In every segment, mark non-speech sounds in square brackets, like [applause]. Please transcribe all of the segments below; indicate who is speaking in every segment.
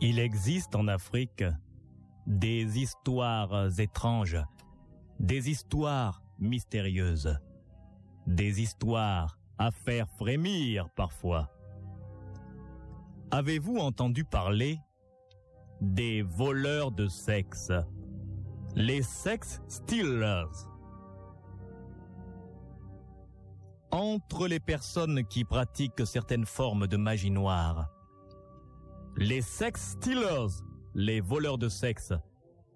Speaker 1: Il existe en Afrique des histoires étranges, des histoires mystérieuses, des histoires à faire frémir parfois. Avez-vous entendu parler des voleurs de sexe, les sex stealers Entre les personnes qui pratiquent certaines formes de magie noire, les sex stealers, les voleurs de sexe,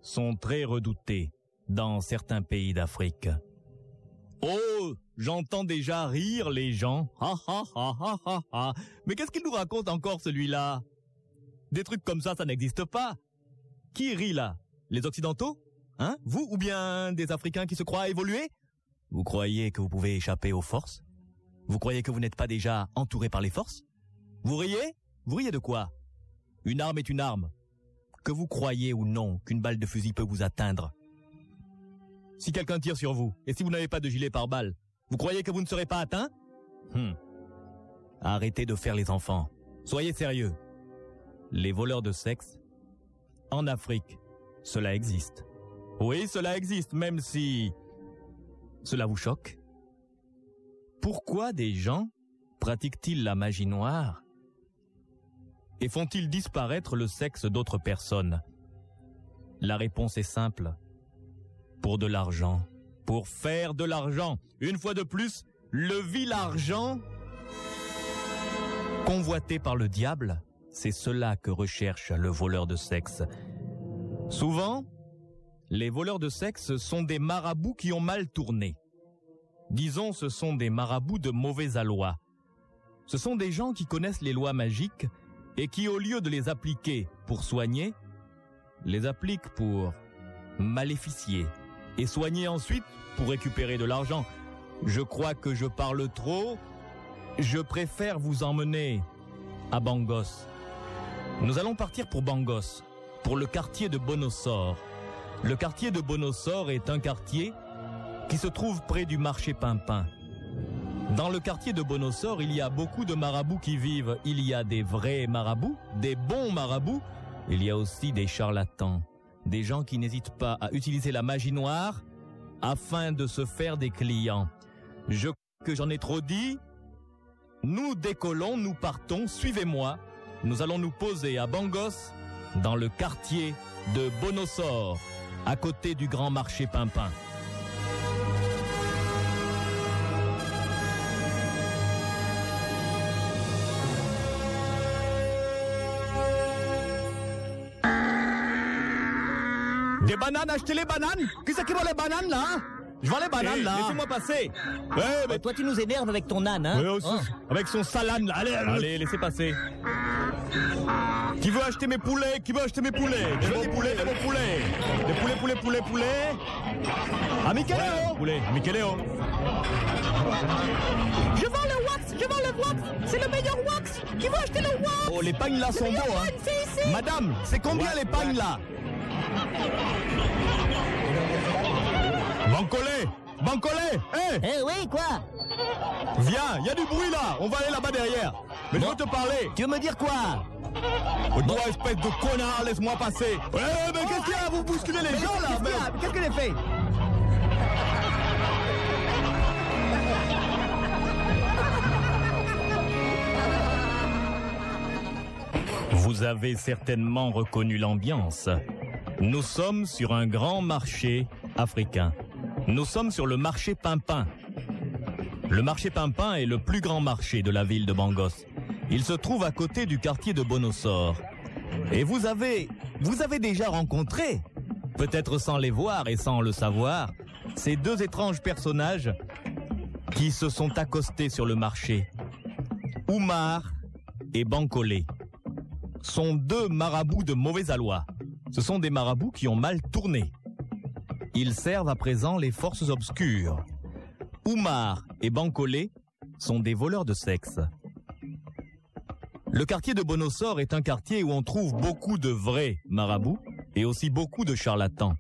Speaker 1: sont très redoutés dans certains pays d'Afrique. Oh, j'entends déjà rire les gens. Ha ha ha ha ha ha. Mais qu'est-ce qu'il nous raconte encore celui-là Des trucs comme ça, ça n'existe pas. Qui rit là Les Occidentaux Hein Vous ou bien des Africains qui se croient évolués Vous croyez que vous pouvez échapper aux forces Vous croyez que vous n'êtes pas déjà entouré par les forces Vous riez Vous riez de quoi Une arme est une arme. Que vous croyez ou non qu'une balle de fusil peut vous atteindre, si quelqu'un tire sur vous et si vous n'avez pas de gilet pare-balles, vous croyez que vous ne serez pas atteint hmm. Arrêtez de faire les enfants. Soyez sérieux. Les voleurs de sexe, en Afrique, cela existe. Oui, cela existe, même si cela vous choque. Pourquoi des gens pratiquent-ils la magie noire et font-ils disparaître le sexe d'autres personnes La réponse est simple pour de l'argent, pour faire de l'argent. Une fois de plus, le vil argent convoité par le diable, c'est cela que recherche le voleur de sexe. Souvent, les voleurs de sexe sont des marabouts qui ont mal tourné. Disons, ce sont des marabouts de mauvais aloi. Ce sont des gens qui connaissent les lois magiques et qui, au lieu de les appliquer pour soigner, les appliquent pour maléficier, et soigner ensuite pour récupérer de l'argent. Je crois que je parle trop. Je préfère vous emmener à Bangos. Nous allons partir pour Bangos, pour le quartier de Bonossor. Le quartier de Bonossor est un quartier qui se trouve près du marché Pimpin. Dans le quartier de Bonossor, il y a beaucoup de marabouts qui vivent. Il y a des vrais marabouts, des bons marabouts. Il y a aussi des charlatans des gens qui n'hésitent pas à utiliser la magie noire afin de se faire des clients. Je que j'en ai trop dit. Nous décollons, nous partons, suivez-moi. Nous allons nous poser à Bangos, dans le quartier de Bonossor, à côté du grand marché Pimpin. Des bananes, achetez les bananes Qui c'est qui vend les bananes là hein Je vends les bananes
Speaker 2: Hey,
Speaker 1: là
Speaker 2: laissez-moi
Speaker 1: passer
Speaker 2: Ouais, mais
Speaker 3: Toi, tu nous énerves avec ton âne, hein
Speaker 2: Ouais, aussi.
Speaker 3: Hein
Speaker 2: Avec son salane, là. Allez, allez,
Speaker 1: Allez, laissez passer.
Speaker 2: Qui veut acheter mes poulets Qui veut acheter mes poulets Des bons poulets, des bons poulets. Des poulets, poulets, poulets, poulets. À Micheleo Poulet, à Micheleo.
Speaker 4: Je vends le wax, je vends le wax, c'est le meilleur wax. Qui veut acheter le wax
Speaker 2: Oh, les pagnes là sont beaux, hein.
Speaker 4: Bonne, c'est ici.
Speaker 2: Madame, c'est combien les pagnes là Bancolé Bancolé Eh
Speaker 3: Eh oui, quoi
Speaker 2: Viens, il y a du bruit là On va aller là-bas derrière Mais je veux te parler
Speaker 3: Tu veux me dire quoi
Speaker 2: Oh, Toi, espèce de connard, laisse-moi passer Ouais, mais qu'est-ce qu'il y a Vous bousculez les gens là merde.
Speaker 3: Qu'est-ce que j'ai fait
Speaker 1: Vous avez certainement reconnu l'ambiance. Nous sommes sur un grand marché africain. Nous sommes sur le marché Pimpin. Le marché Pimpin est le plus grand marché de la ville de Bangos. Il se trouve à côté du quartier de Bonossor. Et vous avez, vous avez déjà rencontré, peut-être sans les voir et sans le savoir, ces deux étranges personnages qui se sont accostés sur le marché. Oumar et Bancolé sont deux marabouts de mauvais aloi. Ce sont des marabouts qui ont mal tourné. Ils servent à présent les forces obscures. Oumar et Bancolé sont des voleurs de sexe. Le quartier de Bonossor est un quartier où on trouve beaucoup de vrais marabouts et aussi beaucoup de charlatans.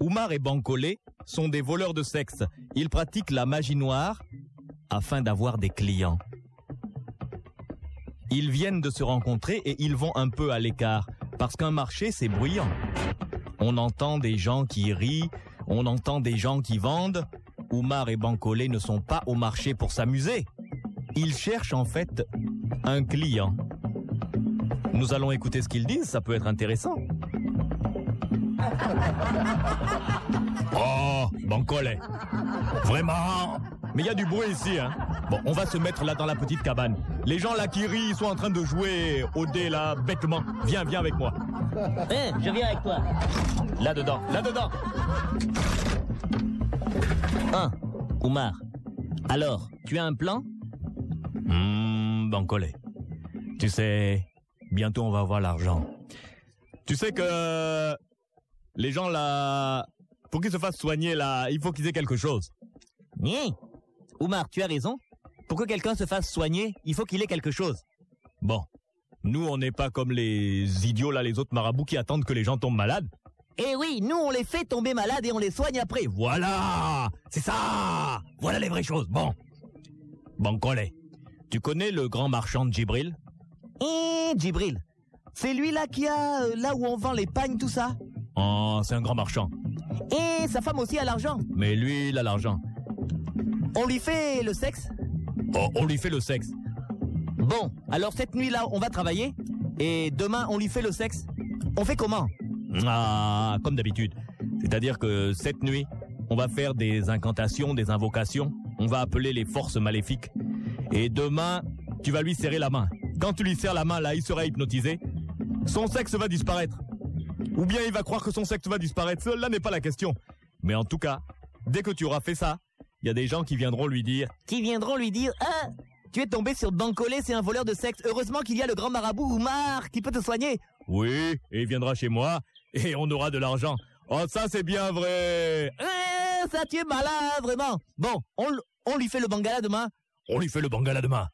Speaker 1: Oumar et Bancolé sont des voleurs de sexe. Ils pratiquent la magie noire afin d'avoir des clients. Ils viennent de se rencontrer et ils vont un peu à l'écart. Parce qu'un marché, c'est bruyant. On entend des gens qui rient, on entend des gens qui vendent. Oumar et Bancolé ne sont pas au marché pour s'amuser. Ils cherchent en fait un client. Nous allons écouter ce qu'ils disent, ça peut être intéressant. [laughs] Oh, Bancolé. Vraiment Mais il y a du bruit ici, hein Bon, on va se mettre là dans la petite cabane. Les gens là qui rient, ils sont en train de jouer au dé là, bêtement. Viens, viens avec moi.
Speaker 3: Eh, je viens avec toi.
Speaker 1: Là-dedans, là-dedans
Speaker 3: 1. Oumar. Alors, tu as un plan
Speaker 1: Hum, Bancolé. Tu sais, bientôt on va avoir l'argent. Tu sais que les gens là, pour qu'ils se fassent soigner là, il faut qu'ils aient quelque chose.
Speaker 3: Ni. Oumar, tu as raison. Pour que quelqu'un se fasse soigner, il faut qu'il ait quelque chose.
Speaker 1: Bon, nous on n'est pas comme les idiots là, les autres marabouts qui attendent que les gens tombent malades.
Speaker 3: Eh oui, nous, on les fait tomber malades et on les soigne après.
Speaker 1: Et voilà C'est ça Voilà les vraies choses. Bon. Bancolé, tu connais le grand marchand de Djibril
Speaker 3: Eh, Djibril. C'est lui là qui a euh, là où on vend les pagnes, tout ça.
Speaker 1: Oh, c'est un grand marchand.
Speaker 3: Et sa femme aussi a l'argent.
Speaker 1: Mais lui, il a l'argent.
Speaker 3: On lui fait le sexe
Speaker 1: Oh, on lui fait le sexe.
Speaker 3: Bon, alors cette nuit-là, on va travailler. Et demain, on lui fait le sexe. On fait comment
Speaker 1: Ah, comme d'habitude. C'est-à-dire que cette nuit, on va faire des incantations, des invocations. On va appeler les forces maléfiques. Et demain, tu vas lui serrer la main. Quand tu lui serres la main, là, il sera hypnotisé. Son sexe va disparaître. Ou bien il va croire que son sexe va disparaître. Cela n'est pas la question. Mais en tout cas, dès que tu auras fait ça, il y a des gens qui viendront lui dire hein,
Speaker 3: Qui viendront lui dire Ah, tu es tombé sur Bancolé, c'est un voleur de sexe. Heureusement qu'il y a le grand marabout Oumar qui peut te soigner.
Speaker 1: Oui, et il viendra chez moi, et on aura de l'argent. Oh, ça, c'est bien vrai.
Speaker 3: Eh, ça, tu es malade, vraiment. Bon, on, l- on lui fait le bangala demain.
Speaker 1: On lui fait le bangala demain.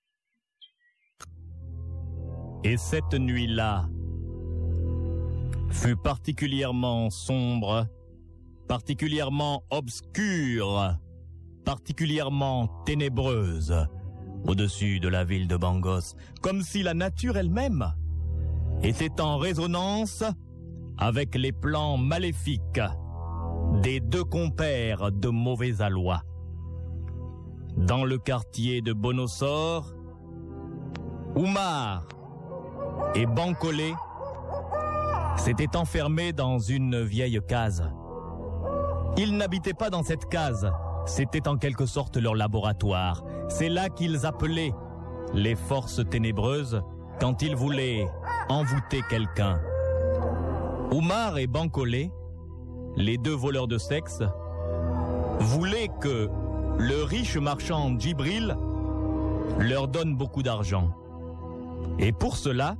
Speaker 1: Et cette nuit-là fut particulièrement sombre, particulièrement obscure, particulièrement ténébreuse au-dessus de la ville de Bangos, comme si la nature elle-même était en résonance avec les plans maléfiques des deux compères de mauvais aloi dans le quartier de Bonossor, Oumar et Bancolé s'étaient enfermés dans une vieille case. Ils n'habitaient pas dans cette case, c'était en quelque sorte leur laboratoire. C'est là qu'ils appelaient les forces ténébreuses quand ils voulaient envoûter quelqu'un. Oumar et Bancolé, les deux voleurs de sexe, voulaient que le riche marchand Djibril leur donne beaucoup d'argent. Et pour cela,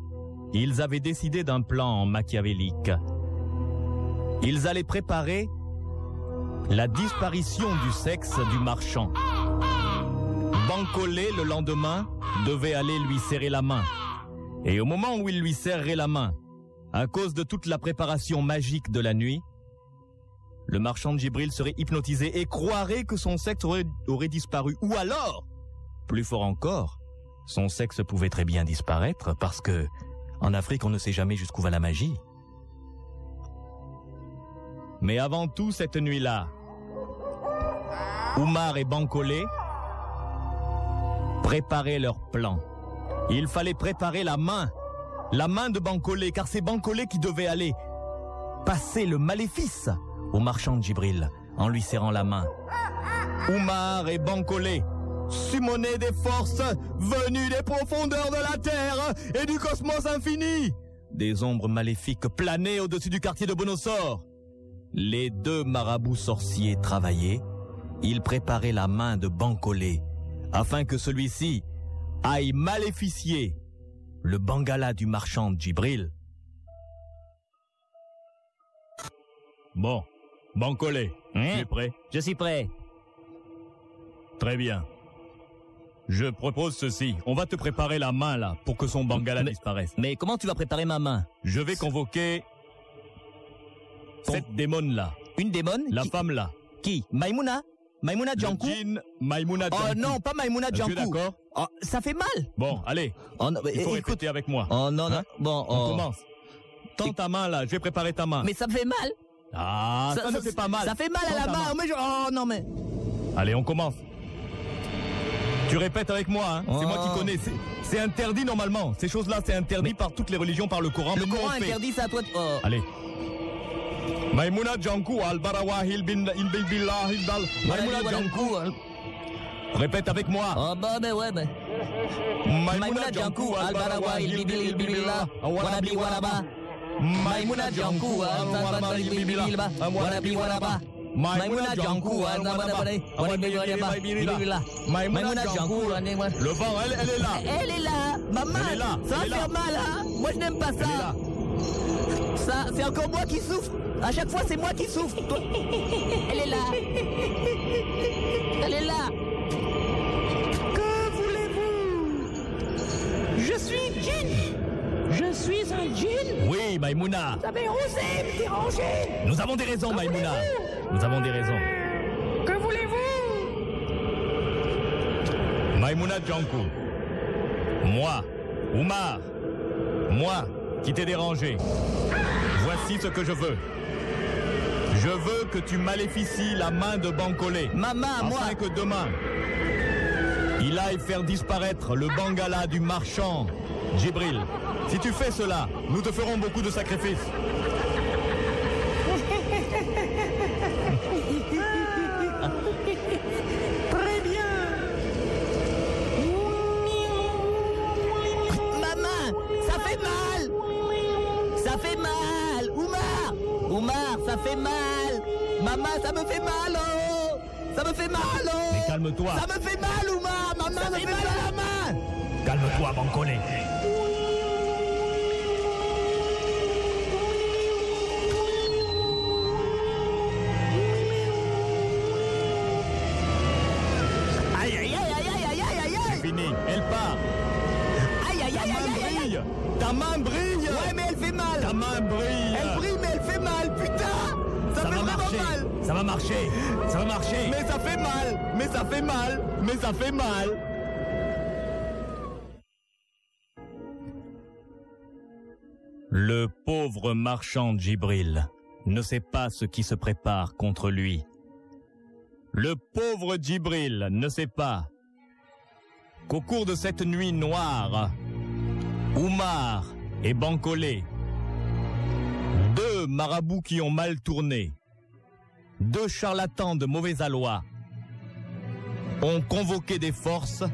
Speaker 1: ils avaient décidé d'un plan machiavélique. Ils allaient préparer la disparition du sexe du marchand. Bancolé, le lendemain, devait aller lui serrer la main. Et au moment où il lui serrait la main, à cause de toute la préparation magique de la nuit, le marchand de Gibril serait hypnotisé et croirait que son sexe aurait, aurait disparu. Ou alors, plus fort encore, son sexe pouvait très bien disparaître parce que, en Afrique, on ne sait jamais jusqu'où va la magie. Mais avant tout, cette nuit-là, Oumar et Bancolé préparaient leur plan. Il fallait préparer la main, la main de Bancolé, car c'est Bancolé qui devait aller passer le maléfice au marchand de Djibril en lui serrant la main. Oumar et Bancolé, summonés des forces venues des profondeurs de la terre et du cosmos infini. Des ombres maléfiques planaient au-dessus du quartier de Bonossor. Les deux marabouts sorciers travaillaient. Ils préparaient la main de Bancolé afin que celui-ci aille maléficier le bangala du marchand de Djibril. Bon, Bancolé,
Speaker 3: Hein
Speaker 1: tu es prêt
Speaker 3: Je suis prêt.
Speaker 1: Très bien. Je propose ceci. On va te préparer la main là pour que son bangala
Speaker 3: Mais-
Speaker 1: disparaisse.
Speaker 3: Mais comment tu vas préparer ma main
Speaker 1: Je vais convoquer cette démon là,
Speaker 3: Une démone
Speaker 1: la
Speaker 3: qui,
Speaker 1: femme là,
Speaker 3: qui Maimouna Maimouna
Speaker 1: le
Speaker 3: Djankou
Speaker 1: djinn Maimouna
Speaker 3: Oh
Speaker 1: Djankou.
Speaker 3: non, pas Maimouna
Speaker 1: tu es
Speaker 3: Djankou.
Speaker 1: d'accord
Speaker 3: Oh, ça fait mal
Speaker 1: Bon, allez,
Speaker 3: Oh non,
Speaker 1: il faut
Speaker 3: eh, écoute.
Speaker 1: répéter avec moi.
Speaker 3: Oh non, non.
Speaker 1: Hein
Speaker 3: Bon,
Speaker 1: On
Speaker 3: oh.
Speaker 1: commence. Tends ta main là, je vais préparer ta main.
Speaker 3: Mais ça me fait mal.
Speaker 1: Ah, ça,
Speaker 3: ne
Speaker 1: ne fait pas mal.
Speaker 3: Ça fait mal
Speaker 1: Tends
Speaker 3: à la
Speaker 1: ta
Speaker 3: main. Mais je- Oh non mais.
Speaker 1: Allez, on commence. Tu répètes avec moi, hein. c'est
Speaker 3: Oh.
Speaker 1: moi qui connais. C'est- C'est interdit normalement. Ces choses-là, c'est interdit par toutes les religions, par le Coran.
Speaker 3: Le
Speaker 1: mais nous,
Speaker 3: Coran
Speaker 1: on fait.
Speaker 3: interdit ça à toi. de- Oh.
Speaker 1: Allez. Maimouna Jankou al-Barawahil bin bin billah dal.
Speaker 3: Voilà,
Speaker 1: Maimouna
Speaker 3: voilà le
Speaker 1: Jankou.
Speaker 3: coup, hein.
Speaker 1: Répète avec moi.
Speaker 3: Oh bah mais ouais mais.
Speaker 1: Maimouna
Speaker 3: Maimouna Jankou, Al-Barawahil, Bibil, Bibila, Wanabi, Wanaba. Maimouna
Speaker 1: Ah,
Speaker 3: Jankou, Al-Barawahil, Bibil, Bibila, Wanabi, Wanaba. Maimouna Jankou, Al-Barawahil, Wanabi, Wanaba, Bibila. Maimouna Jankou, Wanabi, Wanaba.
Speaker 1: Le vent, elle, elle est là.
Speaker 3: Elle est là, maman.
Speaker 1: Elle est là,
Speaker 3: ça va
Speaker 1: elle est
Speaker 3: faire
Speaker 1: là.
Speaker 3: mal, hein Moi, je n'aime pas
Speaker 1: Elle est
Speaker 3: ça.
Speaker 1: là.
Speaker 3: Ça, c'est encore moi qui souffre. À chaque fois, c'est moi qui souffre. Toi- Elle est là. Elle est là.
Speaker 4: Que voulez-vous Je suis Jean. Je suis un Jean.
Speaker 1: Oui, Maimouna.
Speaker 4: Vous avez osé me déranger.
Speaker 1: Nous avons des raisons, Maimouna. Nous avons des raisons.
Speaker 4: Que voulez-vous
Speaker 1: Maimouna Djankou. Moi, Oumar. Moi, qui t'ai dérangé. Voici ce que je veux. Je veux que tu maléficies la main de Bancolé.
Speaker 3: Maman, moi.
Speaker 1: Afin que demain, il aille faire disparaître le Bangala du marchand, Djibril. Si tu fais cela, nous te ferons beaucoup de sacrifices.
Speaker 4: Très bien.
Speaker 3: Maman, ça fait mal. Ça fait mal. Oumar. Oumar, ça fait mal. Maman, ça me fait mal, oh. Ça me fait mal, oh.
Speaker 1: Mais calme-toi.
Speaker 3: Ça me fait mal, Oumar. Maman me fait mal, à la main.
Speaker 1: Calme-toi, Bancolé.
Speaker 3: Aïe, aïe, aïe, aïe, aïe, aïe, aïe, aïe.
Speaker 1: Fini. Elle part.
Speaker 3: Aïe, aïe, aïe,
Speaker 1: Ta
Speaker 3: aïe,
Speaker 1: main
Speaker 3: aïe, aïe.
Speaker 1: brille. Ta main brille.
Speaker 3: Ouais, mais elle fait mal.
Speaker 1: Ta main brille.
Speaker 3: Elle brille, mais elle fait mal, putain. Ça, fait vraiment mal.
Speaker 1: Ça va marcher. Ça va marcher.
Speaker 3: Mais ça fait mal.
Speaker 1: mais ça fait mal. Mais ça fait mal. Le pauvre marchand Djibril ne sait pas ce qui se prépare contre lui. Le pauvre Djibril ne sait pas qu'au cours de cette nuit noire, Oumar et Bancolé, deux marabouts qui ont mal tourné, deux charlatans de mauvais aloi, ont convoqué des forces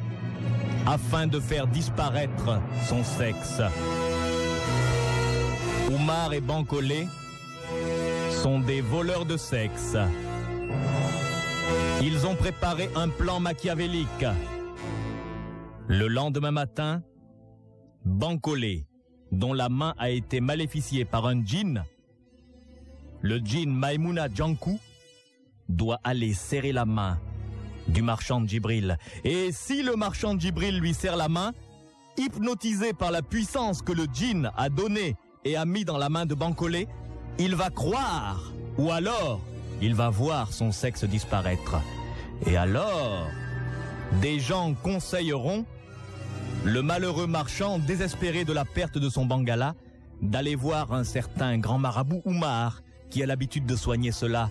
Speaker 1: afin de faire disparaître son sexe. Oumar et Bancolé sont des voleurs de sexe. Ils ont préparé un plan machiavélique. Le lendemain matin, Bancolé, dont la main a été maléficiée par un djinn, le djinn Maimouna Jankou, doit aller serrer la main du marchand de Djibril. Et si le marchand de Djibril lui serre la main, hypnotisé par la puissance que le djinn a donnée et a mis dans la main de Bancolé, il va croire, ou alors il va voir son sexe disparaître. Et alors, des gens conseilleront le malheureux marchand, désespéré de la perte de son bangala, d'aller voir un certain grand marabout Oumar, qui a l'habitude de soigner cela.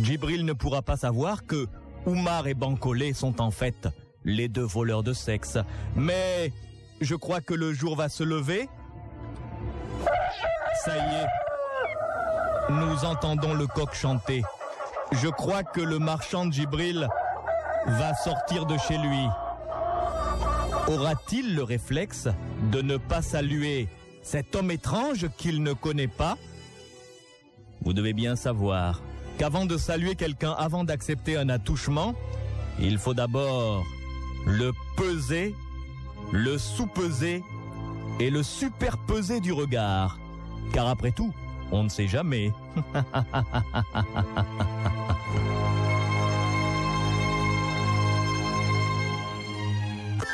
Speaker 1: Djibril ne pourra pas savoir que Oumar et Bancolé sont en fait les deux voleurs de sexe. Mais je crois que le jour va se lever. Ça y est, nous entendons le coq chanter. Je crois que le marchand Djibril va sortir de chez lui. Aura-t-il le réflexe de ne pas saluer cet homme étrange qu'il ne connaît pas Vous devez bien savoir qu'avant de saluer quelqu'un, avant d'accepter un attouchement, il faut d'abord le peser, le sous-peser et le superpeser du regard. Car après tout, on ne sait jamais.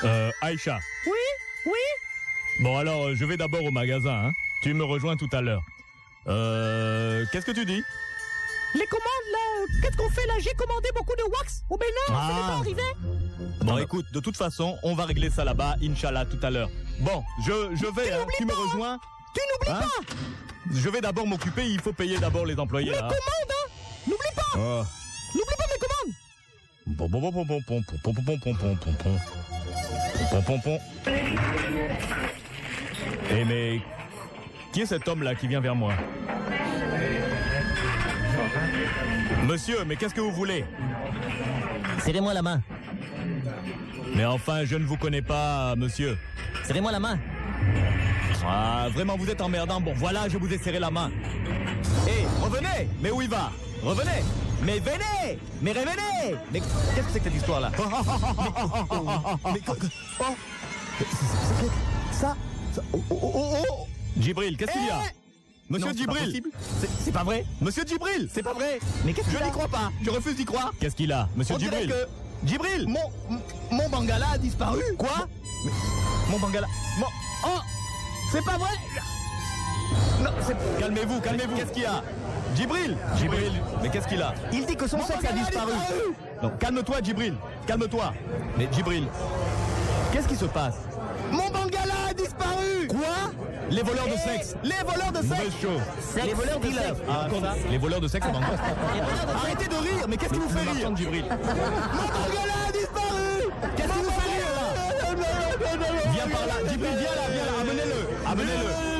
Speaker 1: Euh, Aïcha.
Speaker 4: Oui, oui.
Speaker 1: Bon alors, euh, je vais d'abord au magasin. hein. Tu me rejoins tout à l'heure. Euh, qu'est-ce que tu dis
Speaker 4: Les commandes là, euh, qu'est-ce qu'on fait là J'ai commandé beaucoup de wax
Speaker 3: Oh,
Speaker 4: au Bénin, ça n'est
Speaker 1: Ah.
Speaker 4: pas arrivé.
Speaker 1: Bon, écoute, de toute façon, on va régler ça là-bas, Inch'Allah, tout à l'heure. Bon, je, je vais, hein. tu me rejoins
Speaker 4: Tu n'oublies
Speaker 1: Hein
Speaker 4: pas
Speaker 1: Je vais d'abord m'occuper, il faut payer d'abord les employés.
Speaker 4: Les
Speaker 1: là.
Speaker 4: commandes, hein N'oublie pas
Speaker 1: Ah.
Speaker 4: N'oublie pas mes commandes
Speaker 1: Pom, pom, pom, pom, pom, pom, pom, pom, pom, pom, pom, pom. Pom, pom, pom. Eh mais qui est cet homme là qui vient vers moi Monsieur, mais qu'est-ce que vous voulez
Speaker 3: Serrez-moi la main.
Speaker 1: Mais enfin, je ne vous connais pas, monsieur.
Speaker 3: Serrez-moi la main.
Speaker 1: Ah, vraiment, vous êtes emmerdant. Bon, voilà, je vous ai serré la main. Hé, revenez Mais où il va Revenez
Speaker 2: Mais venez Mais revenez Mais qu'est-ce que c'est que cette histoire là [laughs] Mais quoi Oh. Ça Ça- Oh oh oh oh Eh,
Speaker 1: Djibril, qu'est-ce qu'il y a Monsieur
Speaker 2: Non, c'est pas
Speaker 1: Djibril
Speaker 2: possible. C'est- C'est pas vrai
Speaker 1: Monsieur Djibril
Speaker 2: C'est pas vrai Mais qu'est-ce Je n'y crois pas Je refuse d'y croire
Speaker 1: Qu'est-ce qu'il a Monsieur
Speaker 2: On dirait
Speaker 1: Djibril
Speaker 2: que
Speaker 1: Djibril
Speaker 2: mon, m- mon Bangala a disparu Quoi Mon Bangala... Mon... Oh C'est pas vrai Non, c'est...
Speaker 1: Calmez-vous, calmez-vous. Qu'est-ce qu'il y a Djibril Djibril, mais qu'est-ce qu'il a
Speaker 2: Il dit que son sexe a disparu
Speaker 1: Non, calme-toi, Djibril. Calme-toi. Mais Djibril, qu'est-ce qui se passe
Speaker 2: Mon Bangala a disparu
Speaker 1: Quoi Les voleurs de sexe.
Speaker 2: Les voleurs de sexe
Speaker 1: Mauvaise chose.
Speaker 3: Sex
Speaker 2: Les voleurs de
Speaker 3: dealer.
Speaker 2: sexe.
Speaker 1: Ah, ça Les voleurs de
Speaker 2: [laughs]
Speaker 1: sexe, ça m'angoisse.
Speaker 2: Arrêtez de rire Mais qu'est-ce qui vous fait
Speaker 1: Le
Speaker 2: rire
Speaker 1: marchand de Djibril.
Speaker 2: Mon Bangala a disparu Qu'est-ce qui vous fait rire là
Speaker 1: Viens par là, Djibril, viens là, viens là, amenez-le, amenez-le.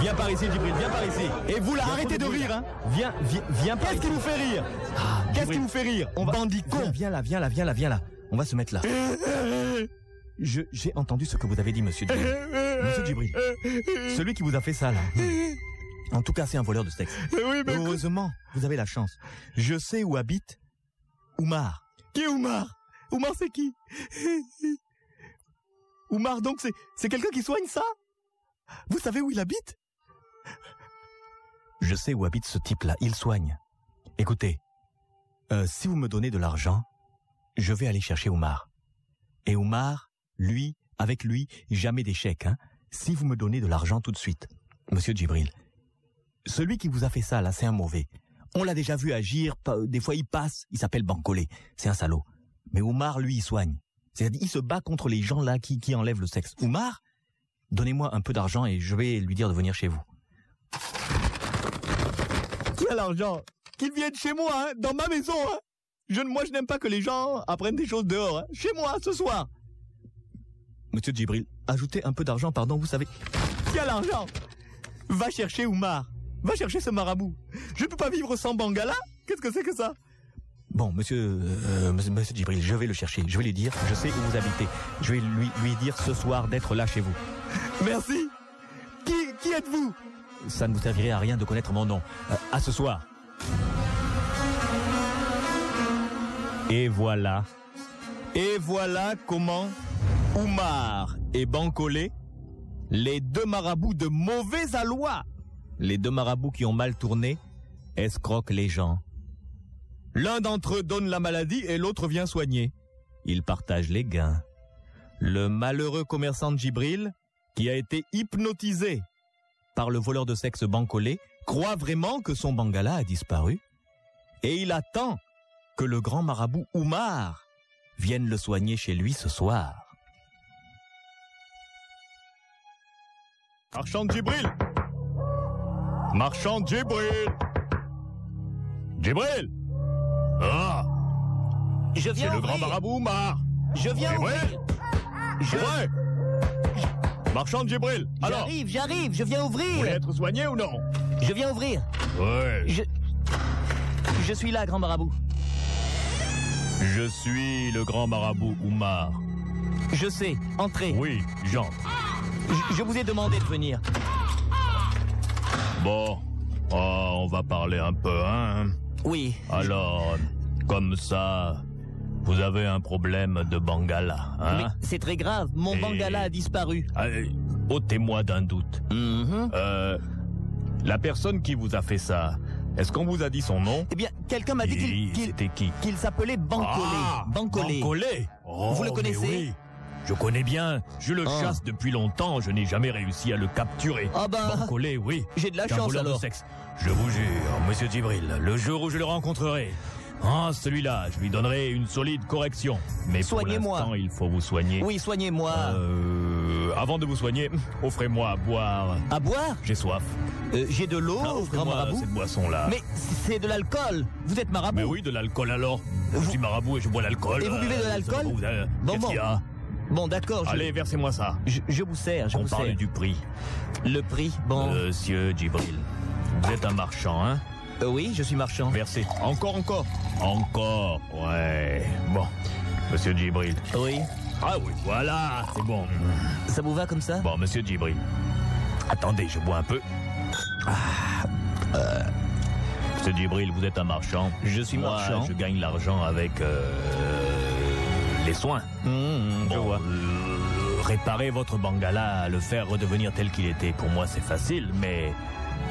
Speaker 1: Viens par ici, Djibril, viens par ici.
Speaker 2: Et vous là,
Speaker 1: Viens
Speaker 2: arrêtez
Speaker 1: pour
Speaker 2: de
Speaker 1: le
Speaker 2: rire hein
Speaker 1: Viens, viens, viens par
Speaker 2: Qu'est-ce qui
Speaker 1: ici.
Speaker 2: vous fait rire Qu'est-ce qui
Speaker 1: Djibril.
Speaker 2: vous fait rire
Speaker 1: On va-
Speaker 2: Bandit con
Speaker 1: Viens, viens là, viens là, viens là, viens là. On va se mettre là. Je, j'ai entendu ce que vous avez dit, monsieur Djibril. Monsieur
Speaker 2: [laughs]
Speaker 1: Djibril, celui qui vous a fait ça, là. Hmm. En tout cas, c'est un voleur de sexe.
Speaker 2: Oui,
Speaker 1: Heureusement, vous avez la chance. Je sais où habite Oumar.
Speaker 2: Qui est Oumar Oumar, c'est qui Oumar, donc, c'est, c'est quelqu'un qui soigne ça Vous savez où il habite
Speaker 1: Je sais où habite ce type-là. Il soigne. Écoutez, euh, si vous me donnez de l'argent, je vais aller chercher Oumar. Et Oumar, lui, avec lui, jamais d'échec. Hein si vous me donnez de l'argent tout de suite, Monsieur Djibril, celui qui vous a fait ça, là, c'est un mauvais. On l'a déjà vu agir. pa- Des fois, il passe. Il s'appelle Bancolé. C'est un salaud. Mais Oumar, lui, il soigne. C'est-à-dire, il se bat contre les gens là qui, qui enlèvent le sexe. Oumar, donnez-moi un peu d'argent et je vais lui dire de venir chez vous.
Speaker 2: Quel argent Qu'il vienne chez moi, hein, dans ma maison hein. je, ne- Moi, je n'aime pas que les gens apprennent des choses dehors. hein. Chez moi, ce soir
Speaker 1: Monsieur Djibril, ajoutez un peu d'argent, pardon, vous savez.
Speaker 2: Quel argent Va chercher Oumar Va chercher ce marabout Je ne peux pas vivre sans Bangala Qu'est-ce que c'est que ça
Speaker 1: Bon, monsieur, euh, monsieur, monsieur Djibril, je vais le chercher. Je vais lui dire, je sais où vous habitez. Je vais lui, lui dire ce soir d'être là chez vous.
Speaker 2: Merci Qui, qui êtes-vous
Speaker 1: Ça ne vous servirait à rien de connaître mon nom. Euh, à ce soir. Et voilà.
Speaker 2: Et voilà comment Oumar et Bancolé,
Speaker 1: Les deux marabouts de mauvais aloi. Les deux marabouts qui ont mal tourné escroquent les gens. L'un d'entre eux donne la maladie et l'autre vient soigner. Ils partagent les gains. Le malheureux commerçant Djibril, qui a été hypnotisé par le voleur de sexe Bancolé, croit vraiment que son bangala a disparu. Et il attend que le grand marabout Oumar vienne le soigner chez lui ce soir.
Speaker 2: Marchand Djibril Marchand Djibril Djibril Ah
Speaker 3: Je
Speaker 2: C'est
Speaker 3: viens
Speaker 2: le grand
Speaker 3: ouvrir.
Speaker 2: marabout Oumar
Speaker 3: Je viens
Speaker 2: Djibril
Speaker 3: ouvrir.
Speaker 2: Ouais Marchand Djibril Alors
Speaker 3: J'arrive, j'arrive, je viens
Speaker 2: Vous voulez
Speaker 3: ouvrir.
Speaker 2: être soigné ou non
Speaker 3: Je viens ouvrir.
Speaker 2: Ouais
Speaker 3: Je... Je suis là, grand marabout.
Speaker 1: Je suis le grand marabout Oumar.
Speaker 3: Je sais, entrez.
Speaker 1: Oui, Jean.
Speaker 3: Je, je vous ai demandé de venir.
Speaker 1: Bon, oh, on va parler un peu, hein
Speaker 3: Oui,
Speaker 1: Alors, comme ça, vous avez un problème de Bangala,
Speaker 3: mais
Speaker 1: hein
Speaker 3: c'est très grave. Mon
Speaker 1: Et-
Speaker 3: bangala a disparu.
Speaker 1: Allez, ôtez-moi d'un doute.
Speaker 3: Mhm.
Speaker 1: Euh, la personne qui vous a fait ça, est-ce qu'on vous a dit son nom
Speaker 3: Eh bien, quelqu'un m'a dit qu'il
Speaker 1: Et
Speaker 3: qu'il-
Speaker 1: C'était qui
Speaker 3: qu'il s'appelait Bancolé.
Speaker 1: Ah,
Speaker 3: Bancolé.
Speaker 1: Bancolé. Oh,
Speaker 3: Vous le
Speaker 1: mais
Speaker 3: connaissez
Speaker 1: oui. Je connais bien. Je le
Speaker 3: Ah.
Speaker 1: chasse depuis longtemps. Je n'ai jamais réussi à le capturer.
Speaker 3: Ah ben,
Speaker 1: Bancolé, oui.
Speaker 3: j'ai de la
Speaker 1: C'est un
Speaker 3: chance
Speaker 1: voleur de
Speaker 3: alors.
Speaker 1: sexe. Je vous jure, monsieur Djibril, le jour où je le rencontrerai,
Speaker 2: Ah, celui-là, je lui donnerai une solide correction. Mais
Speaker 3: Soignez-moi.
Speaker 2: pour l'instant, il faut vous soigner.
Speaker 3: Oui, Ah. soignez-moi.
Speaker 2: Euh, avant de vous soigner, offrez-moi à boire.
Speaker 3: À boire
Speaker 2: J'ai soif.
Speaker 3: Euh, J'ai de l'eau,
Speaker 2: Ah,
Speaker 3: grand
Speaker 2: offrez-moi
Speaker 3: marabout.
Speaker 2: cette boisson-là. Ah,
Speaker 3: Mais c'est de l'alcool. Vous êtes marabout.
Speaker 2: Mais oui, de l'alcool alors. Je
Speaker 3: Vous-
Speaker 2: suis marabout et je bois l'alcool.
Speaker 3: Et vous buvez de
Speaker 2: Euh,
Speaker 3: l'alcool
Speaker 2: ça vous- euh,
Speaker 3: Bon,
Speaker 2: Qu'est-ce
Speaker 3: bon.
Speaker 2: qu'il y a
Speaker 3: Bon, d'accord. je-
Speaker 2: Allez, versez-moi ça.
Speaker 3: Je, je vous sers, je
Speaker 2: On
Speaker 3: vous
Speaker 2: parle
Speaker 3: sers.
Speaker 2: du prix.
Speaker 3: Le prix, bon.
Speaker 2: Monsieur Djibril, vous êtes un marchand, hein
Speaker 3: Euh, oui, je suis marchand.
Speaker 2: Versez. Encore, encore. Encore, ouais. Bon, monsieur Djibril.
Speaker 3: Oui,
Speaker 2: Ah oui, voilà, c'est bon.
Speaker 3: ça vous va comme ça
Speaker 2: Bon, monsieur Djibril. Attendez, je bois un peu. Ah, euh, Monsieur Djibril, vous êtes un marchand.
Speaker 3: Je suis
Speaker 2: Moi,
Speaker 3: marchand.
Speaker 2: Je gagne l'argent avec euh, les soins.
Speaker 3: Mmh, je
Speaker 2: Bon,
Speaker 3: vois.
Speaker 2: euh, réparer votre bangala, le faire redevenir tel qu'il était, pour moi c'est facile, mais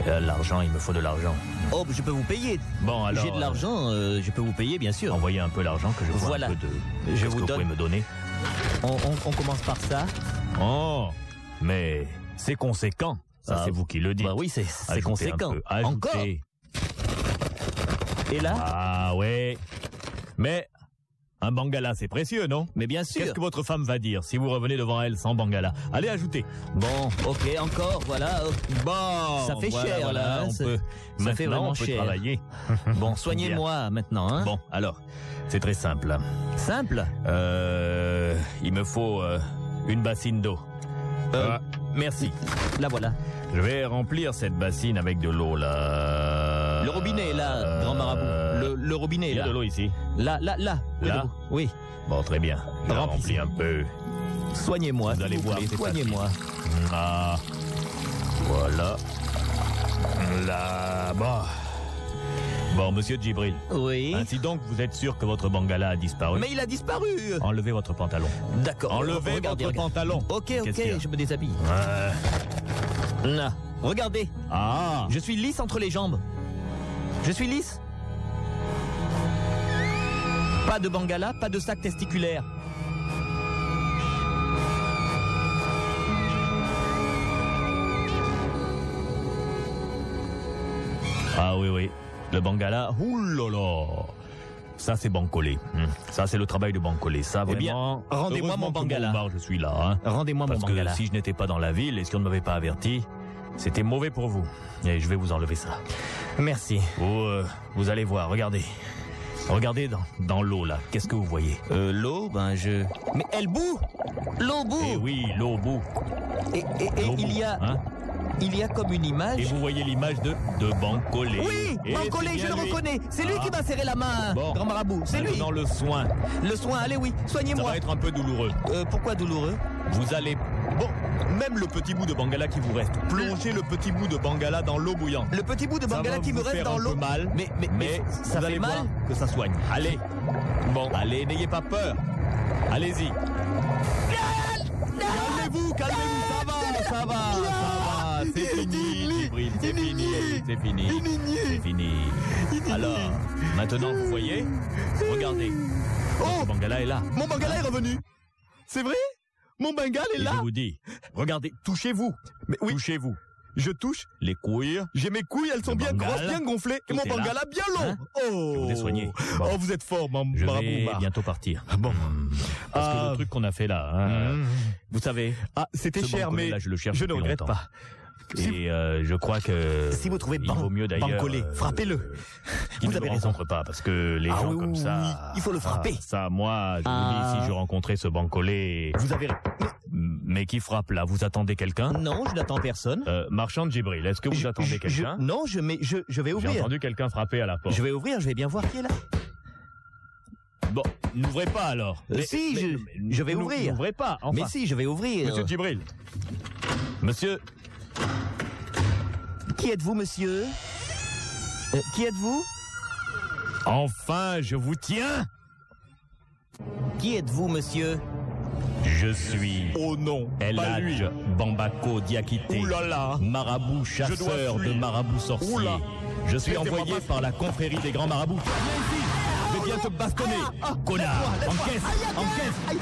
Speaker 2: euh, l'argent, il me faut de l'argent.
Speaker 3: Oh, je peux vous payer.
Speaker 2: Bon, alors.
Speaker 3: J'ai de
Speaker 2: euh,
Speaker 3: l'argent, euh, je peux vous payer, bien sûr.
Speaker 2: Envoyez un peu l'argent que je vois
Speaker 3: Voilà.
Speaker 2: un peu de.
Speaker 3: Je
Speaker 2: Qu'est-ce
Speaker 3: vous
Speaker 2: que
Speaker 3: donne.
Speaker 2: vous pouvez me donner
Speaker 3: On, on- on commence par ça.
Speaker 2: Oh, mais c'est conséquent. Ça,
Speaker 3: Ah,
Speaker 2: c'est vous qui le dites.
Speaker 3: Bah oui, c'est- c'est
Speaker 2: Ajoutez
Speaker 3: conséquent.
Speaker 2: un peu, ajoutez.
Speaker 3: Encore. Et là
Speaker 2: Ah ouais. Mais un bangala, c'est précieux, non
Speaker 3: Mais bien sûr.
Speaker 2: Qu'est-ce que votre femme va dire si vous revenez devant elle sans bangala Allez, ajoutez.
Speaker 3: Bon,
Speaker 1: Ah.
Speaker 3: ok, encore, voilà. oh.
Speaker 2: Bon,
Speaker 3: Ça fait
Speaker 2: voilà,
Speaker 3: cher,
Speaker 2: voilà,
Speaker 3: là, hein,
Speaker 2: on
Speaker 3: ça-
Speaker 2: peut,
Speaker 3: ça fait
Speaker 2: maintenant,
Speaker 3: vraiment
Speaker 2: on peut
Speaker 3: cher.
Speaker 2: travailler.
Speaker 3: [laughs]
Speaker 2: [laughs]
Speaker 3: Bon, soignez-moi maintenant. Hein.
Speaker 2: Bon, alors, c'est très simple.
Speaker 3: Simple
Speaker 2: Euh, il me faut euh, une bassine d'eau.
Speaker 3: Euh,
Speaker 2: Ah, merci.
Speaker 3: La voilà.
Speaker 2: Je vais remplir cette bassine avec de l'eau là.
Speaker 3: Le robinet,
Speaker 2: Euh.
Speaker 3: là, grand marabout. Le, le robinet,
Speaker 2: Il y a
Speaker 3: là.
Speaker 2: de l'eau ici.
Speaker 3: Là, là, là. près de
Speaker 2: Là
Speaker 3: vous. Oui.
Speaker 2: Bon, très bien. Je la remplis
Speaker 3: Remplissez.
Speaker 2: un peu.
Speaker 3: Soignez-moi.
Speaker 2: Vous
Speaker 3: s'il
Speaker 2: allez voir,
Speaker 3: plaît,
Speaker 2: c'est
Speaker 3: Soignez-moi.
Speaker 2: Ah, voilà. Là-bas. Bon, monsieur Djibril.
Speaker 3: Oui.
Speaker 2: Ainsi donc, vous êtes sûr que votre bangala a disparu
Speaker 3: Mais il a disparu.
Speaker 2: Enlevez votre pantalon.
Speaker 3: D'accord.
Speaker 2: Enlevez
Speaker 3: regardez,
Speaker 2: votre
Speaker 3: regardez.
Speaker 2: pantalon.
Speaker 3: Ok,
Speaker 2: Qu'est-ce qu'il y a
Speaker 3: ok, je me déshabille.
Speaker 2: Euh,
Speaker 3: Là, regardez,
Speaker 2: Ah
Speaker 3: je suis lisse entre les jambes. Je suis lisse. Pas de bangala, pas de sac testiculaire.
Speaker 2: Ah oui, oui. Le bangala, oulala. Ça, c'est bancolé. Hum. Ça, c'est le travail de bancolé. Ça,
Speaker 3: Eh
Speaker 2: vraiment.
Speaker 3: bien, rendez-moi
Speaker 2: heureusement
Speaker 3: mon
Speaker 2: que
Speaker 3: bangala.
Speaker 2: bar, je suis là. hein.
Speaker 3: Rendez-moi Ah, mon
Speaker 2: Parce que
Speaker 3: bangala.
Speaker 2: si je n'étais pas dans la ville et si on ne m'avait pas averti, c'était mauvais pour vous. Et je vais vous enlever ça.
Speaker 3: Merci.
Speaker 2: Vous, euh, vous allez voir, regardez. Regardez dans, dans l'eau, là. Qu'est-ce que vous voyez
Speaker 3: Euh, l'eau, ben je. Mais elle bout L'eau bout
Speaker 2: Eh oui, l'eau au bout.
Speaker 3: Et, et- et
Speaker 2: l'eau au bout,
Speaker 3: il y a,
Speaker 2: hein.
Speaker 3: il y a comme une
Speaker 2: Et
Speaker 3: image.
Speaker 2: vous voyez l'image de, de Bancolé.
Speaker 3: Oui,
Speaker 2: Et
Speaker 3: Bancolé,
Speaker 2: c'est
Speaker 3: je le
Speaker 2: bien lui.
Speaker 3: reconnais. C'est lui
Speaker 2: Ah.
Speaker 3: qui m'a serré la main,
Speaker 2: Bon.
Speaker 3: grand marabout. C'est lui.
Speaker 2: Dans le soin.
Speaker 3: Le soin, allez oui,
Speaker 2: Ça
Speaker 3: soignez-moi.
Speaker 2: va être un peu douloureux.
Speaker 3: Euh, pourquoi douloureux
Speaker 2: Vous allez. Bon, même le petit bout de Bangala qui vous reste. Plongez le petit bout de Bangala dans l'eau bouillante.
Speaker 3: Le petit bout de
Speaker 2: Ça
Speaker 3: bangala
Speaker 2: va
Speaker 3: qui me
Speaker 2: vous
Speaker 3: reste
Speaker 2: faire
Speaker 3: dans
Speaker 2: un peu
Speaker 3: l'eau.
Speaker 2: mal,
Speaker 3: Mais, mais,
Speaker 2: mais,
Speaker 3: ça
Speaker 2: vous
Speaker 3: fait
Speaker 2: allez
Speaker 3: mal.
Speaker 2: voir que ça soigne. Allez. Bon, allez, n'ayez pas peur. Allez-y. Calmez-vous, calmez-vous, ça va, ça va, ça va. C'est fini, Djibril, c'est fini, c'est fini, c'est fini. Alors, maintenant, vous voyez, regardez.
Speaker 1: Oh
Speaker 2: Le Bangala est là.
Speaker 1: Mon bangala est revenu C'est vrai Mon bengale est
Speaker 2: Et je
Speaker 1: là
Speaker 2: vous dis, regardez, touchez-vous,
Speaker 1: Mais oui,
Speaker 2: touchez-vous.
Speaker 1: je touche,
Speaker 2: Les couilles,
Speaker 1: j'ai mes couilles, elles sont
Speaker 2: Le
Speaker 1: bien
Speaker 2: bangala.
Speaker 1: grosses, bien gonflées, et
Speaker 2: Tout
Speaker 1: mon
Speaker 2: est là.
Speaker 1: bangala bien long
Speaker 2: Hein je
Speaker 1: Oh
Speaker 2: vous ai soigné. Bon.
Speaker 1: Oh, vous êtes fort, mon
Speaker 2: Je
Speaker 1: bravo,
Speaker 2: vais
Speaker 1: Mar.
Speaker 2: bientôt partir.
Speaker 1: bon.
Speaker 2: Hmm. Parce que
Speaker 1: Ah.
Speaker 2: le truc qu'on a fait là, hein,
Speaker 3: euh,
Speaker 1: Mmh.
Speaker 2: vous savez,
Speaker 1: Ah, c'était
Speaker 2: ce
Speaker 1: cher,
Speaker 2: Bancolé,
Speaker 1: mais
Speaker 2: là, je le cherche
Speaker 1: je ne
Speaker 2: depuis
Speaker 1: regrette
Speaker 2: longtemps.
Speaker 1: pas. Si-
Speaker 2: Et euh, je crois que
Speaker 3: Si vous trouvez
Speaker 2: il
Speaker 3: Ban-
Speaker 2: vaut mieux d'ailleurs
Speaker 1: Bancolé,
Speaker 2: euh,
Speaker 1: frappez-le.
Speaker 3: [laughs]
Speaker 2: qu'il
Speaker 3: Vous
Speaker 2: ne
Speaker 3: avez
Speaker 2: le
Speaker 3: raison.
Speaker 2: rencontre pas parce que les
Speaker 3: Ah
Speaker 2: gens
Speaker 3: oui,
Speaker 2: comme
Speaker 3: oui,
Speaker 2: ça,
Speaker 3: oui, il faut le frapper.
Speaker 2: Ah, ça, moi, je
Speaker 3: Ah.
Speaker 2: vous dis si je rencontrais ce Bancolé,
Speaker 1: Vous avez raison.
Speaker 2: mais qui frappe là, vous attendez quelqu'un
Speaker 3: Non, je n'attends personne.
Speaker 2: euh, Marchand de Djibril, est-ce que vous
Speaker 3: Je-
Speaker 2: attendez
Speaker 3: je-
Speaker 2: quelqu'un
Speaker 3: je- Non, je, mais je, je vais
Speaker 2: J'ai
Speaker 3: ouvrir.
Speaker 2: entendu quelqu'un frapper à la porte.
Speaker 3: Je vais ouvrir, je vais bien voir qui est là.
Speaker 2: Bon, n'ouvrez pas alors.
Speaker 3: Euh, si, je- je vais
Speaker 2: n'ou-
Speaker 3: ouvrir.
Speaker 2: N'ouvrez pas. Enfin.
Speaker 3: Mais si, euh. je vais ouvrir.
Speaker 2: Monsieur Djibril. Monsieur,
Speaker 3: Qui êtes-vous, monsieur Euh, Qui êtes-vous
Speaker 2: enfin, je vous tiens.
Speaker 3: Qui êtes-vous, monsieur
Speaker 2: Je suis
Speaker 1: Oh non,
Speaker 2: El
Speaker 1: pas lui.
Speaker 2: Hadj Bambako Diakité,
Speaker 1: Ouh là là.
Speaker 2: marabout chasseur
Speaker 1: dois
Speaker 2: de
Speaker 1: fuir.
Speaker 2: marabouts sorciers.
Speaker 1: Ouh là.
Speaker 2: Je suis
Speaker 1: Laissez-moi
Speaker 2: envoyé
Speaker 1: passer.
Speaker 2: par la confrérie des grands marabouts. Viens ici, je viens te bastonner. Connard, encaisse, encaisse.